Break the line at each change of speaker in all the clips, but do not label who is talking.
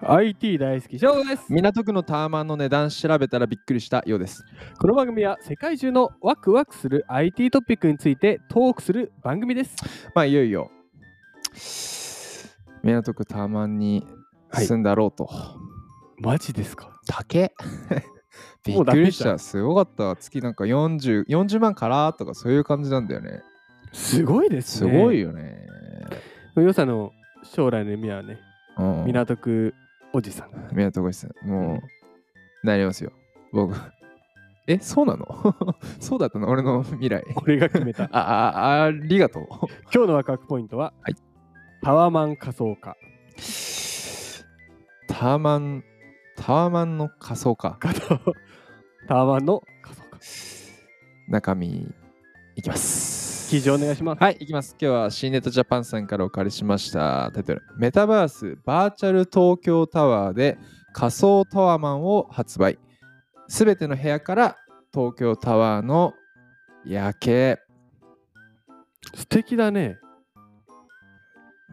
IT 大好き翔吾です
港区のタワマンの値段調べたらびっくりしたようです。
この番組は世界中のワクワクする IT トピックについてトークする番組です
まあいよいよ港区タワマンに住んだろうと。
マジですか
竹び
も
っ
うダ
く
メ
り
じ
し
ゃ
た。すごかった。月なんか40、40万からとかそういう感じなんだよね。
すごいです
す
ね
ごいよね。
よさの将来の夢はね
うん、
港区おじさん
港区さん。
う
も
ん
う、なりますよ。僕。え、そうなの そうだったの俺の未来。
俺が決めた
あ、あ、ありがとう。
今日のワクワクポイントは、
はい
タワマン仮想化
タワマン、タワマンの仮想化。
仮想タワマンの仮想化
中身いきます。
記事お願いします
はい、いきます。今日は新ネットジャパンさんからお借りしました。タイトル、メタバースバーチャル東京タワーで仮想タワマンを発売。すべての部屋から東京タワーの夜景、
素敵だね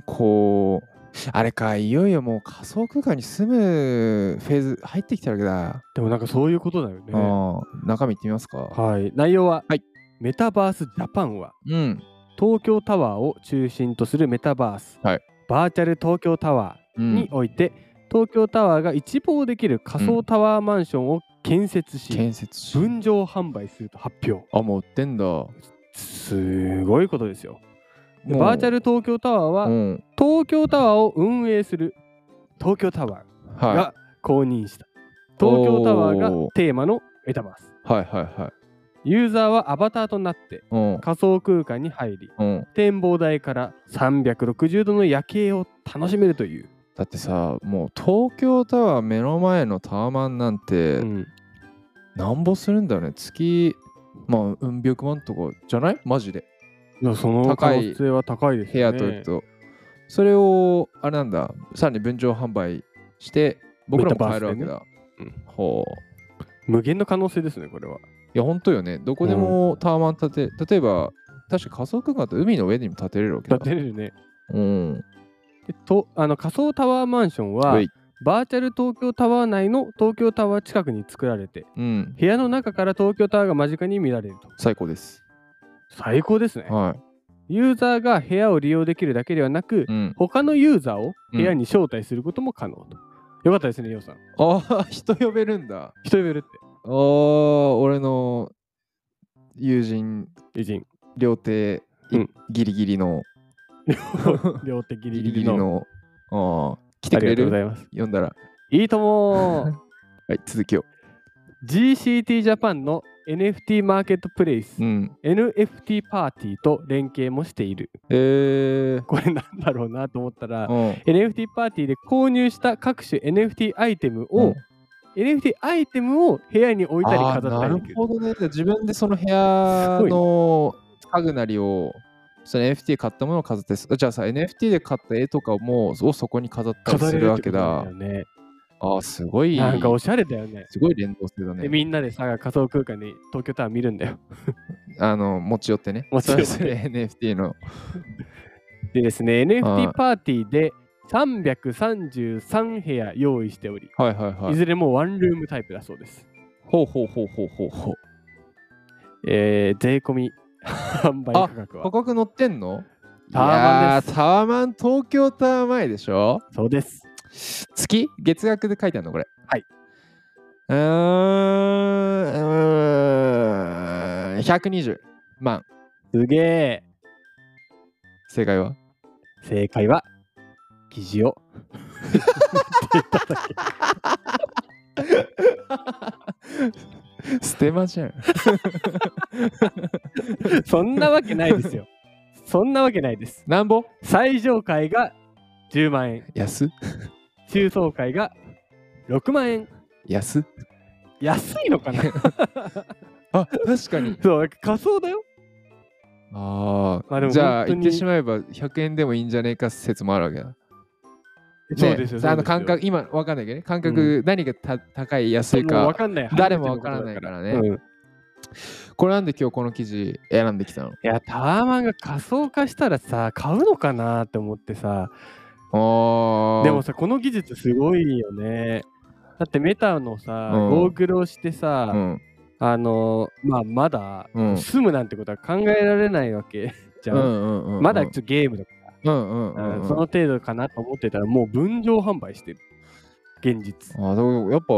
こう、あれか、いよいよもう仮想空間に住むフェーズ入ってきたわけだ。
でもなんかそういうことだよね
あー中身いってみますか。
はい内容は、
はい
メタバースジャパンは
うん。
東京タワーを中心とするメタバース、
はい
バーチャル東京タワ
う
ーに
ん、
おいて、東京タワーが一望できる仮想タワーマンションを建設し、
建設し
分譲販売すると発表
あ、もう売ってんだ。
すごいことですよで
もう
バーチャル東京タワー
う
は
ん。
東京タワーを運営する東京タワー
は
が公認した、東京タワーが
おー
テーマのメタバース
い。はいはいはい。
ユーザーはアバターとなって
うん。
仮想空間に入り
うん。
展望台から360度の夜景を楽しめるという、
だってさもう東京タワー目の前のタワマンなんて
うん
なんぼするんだよね月まあうん百万とかじゃないマジで
いやその可
高い
能性は高いです
部
よ
屋
ね。
とと、それをあれなんださらに分譲販売して僕らも買えるわけ
メタ
だ、
でね
ほう
無限の可能性ですね、こ れは。
いやほんとよねどこでもタワマン建て、例えば確か仮想空間だと海の上にも建てれるわけ
だ
だ
ってるね。
うん
でとあの仮想タワーマンションは
うい
バーチャル東京タワー内の東京タワー近くに作られて
うん
部屋の中から東京タワーが間近に見られると
最高です
最高ですね
は
ユーザーが部屋を利用できるだけではなく、
い、うん、
他のユーザーを部屋に招待することも可能と、よかったですねヨウさん
ああ 人呼べるんだ
人呼べるって
あー俺の友人
友 人
両手、
う
い
ん
ギリギリの
両手ギ
ギ
リ
リ
ギ
ギ
リ
リ
の
のあー来
あ
てく
り
れ
がとうござ
る
います
読んだら
いいとも ー
はい続きを
GCT ジャパンの NFT マーケットプレイス、
うん
NFT パーティーと連携もしている
えー、
これなんだろうなと思ったら、
うん
NFT パーティーで購入した各種 NFT アイテムを、
うん
NFT アイテムを部屋に置いたり
あー
飾ったり
なる
できる
ほどね自分でその部屋
すごいね
の家具なりをその NFT 買ったものを飾ってすじゃあさ NFT で買った絵とかもをそこに飾ったり
飾
す
れ
る
るっ
わ
て
け
こと
だ
だよね
あーすごい
なんかおしゃれだよね
すごい連動性だね
でみんなでさ仮想空間に東京タワー見るんだよ
あの持ち寄ってね
持ち寄って
そ れぞれ NFT の
でですね NFT
あ
パーティーで333部屋用意しており、
はいはいはい
い、ずれもワンルームタイプだそうです
ほうほうほうほうほうほう。
えー、税込み 販売価格は
価格乗ってんの
タワマンです
いやータワマン東京タワー前でしょ
そうです
月月額で書いてあるのこれ。
はい。
うーん、うーん、120万。
すげえ
正解は
正解は記事を
捨てまじゃん。
そんなわけないですよそんなわけないです
なんぼ
最上階が10万円
安
中層階が6万円
安
安いの かな
あ、確かに。
そう仮想だよ
あ
まあで
あ、
も
じゃ
本
あ、
当
言
に
ってしまえば100円でもいいんじゃねえか説もあるわけだ。
そうですよ。
ねあの
そうで
感
すよ
覚、今わかんないけどね、感
う
覚、何がた高い、安い
もう
か
分、かんない。
誰もわからないからね
初めてのことだか
これなんで今日この記事選んできたの
らうんいや、タワマンが仮想化したらさ、買うのかなって思ってさ、
ああ。
でもさ、この技術すごいよね。だってメタのさ、
うん
ゴーグルをしてさ、
うん、
あのまあ、まだ
うん
住むなんてことは考えられないわけじゃ。
うんんうんうん、
まだちょっとゲームとか、
うんうんうん、
う
うんん、
その程度かなと思ってたら、もう分譲販売してる。現実。
あーだからやっぱ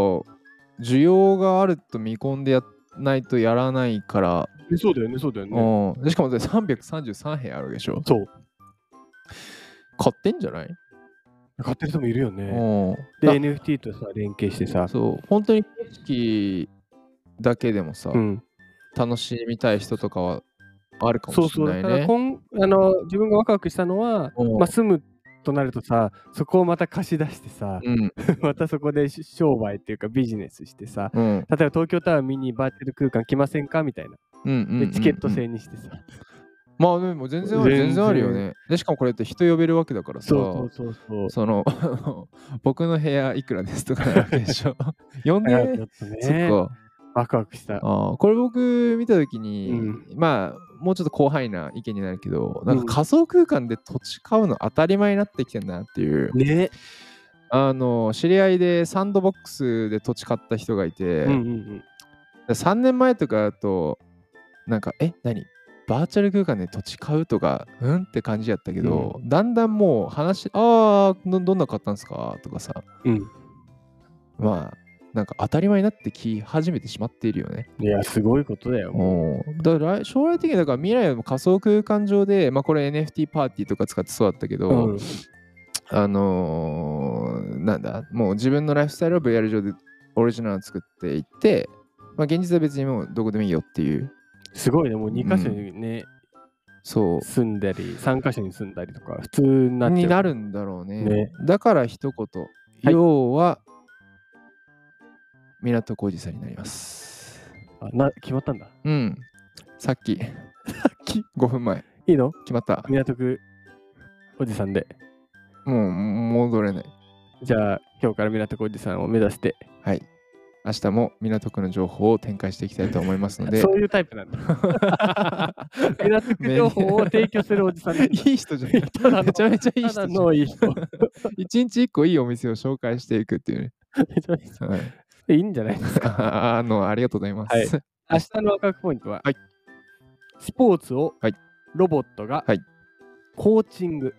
需要があると見込んでやないとやらないから、
そうだよね、そうだよね。
うんでしかもだって333部屋あるでしょ
そう。
買ってんじゃない、
買ってる人もいるよね。
うん
で、
だ
NFT とさ、連携してさ。
そう本当に景色だけでもさ、
うん、
楽しみたい人とかはあるか
そ
も
う
し
そ
れ
うだ
ない
から
ね。
こんあの自分がワクワクしたのは、
うん
まあ、住むとなるとさそこをまた貸し出してさ、
うん、
またそこで商売っていうかビジネスしてさ
うん、うん
例えば東京タワー見にバーチャル空間来ませんかみたいな。
うんうんう
で
ん
チケット制にしてさ。
まあでも全然ある、
全然
全然あるよね。で、しかもこれって人呼べるわけだからさ、
そうそうそうそ
その、 僕の部屋いくらですとかなるわけで しょ。 呼ん
う。だからち
で
ょっ、と
そっ
ね、
か。
ワクワクした。
あーこれ僕見た時に、
うん
まあもうちょっと広範囲な意見になるけどなん
うん
か仮想空間で土地買うの当たり前になってきてんなっていう、
ね。
あの知り合いでサンドボックスで土地買った人がいて、
うんうん
3年前とかだとなんかえ何バーチャル空間で土地買うとかうんって感じやったけど、だんだんもう話ああどどんな買ったんですかとかさ
うん。
まあなんか当たり前になってき始めてしまっているよね
うん。いや、すごいことだよ。
うんだから来将来的にだから未来はもう仮想空間上で、まあ、これ NFT パーティーとか使ってそうだったけど、
うん。
あのーなんだもう自分のライフスタイルを VR 上でオリジナルを作っていって、まあ、現実は別にもうどこでもいいよっていう
すごいね。もう2カ所にね、
そう
住んだり、3カ所に住んだりとか、普通になっちゃう
になるんだろうね
ね
だから一言、
い
要は港浩二さんになります
あな。決まったんだ。
うんさっき
き
5分前
いいの
決まった
港区おじさんで。
もう戻れない
じゃあ、今日から港区おじさんを目指して。
はい。明日も港区の情報を展開していきたいと思いますので
そ。ういうタイプなんだ。港区情報を提供するおじさんなんだ
いい人じ ゃない。
ただの
めちゃ めちゃいい人じゃ
ただ
ん
のいい人。
一日一個いいお店を紹介していくっていうね。はい、
いいんじゃないですか。
あの、ありがとうございます。
はい明日のワクワクポイントは、
はい
スポーツを
はい
ロボットが、
はい
コーチング。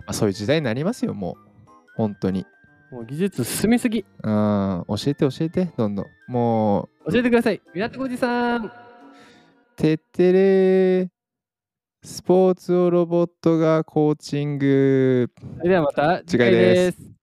まあ、そういう時代になりますよ、もう。本当に。
もう技術進みすぎ。
あー教えて教えて、どんどん。も
教えてください。港区おじさん。
う、てってれー。スポーツをロボットがコーチング。
それではまた
次回です
す。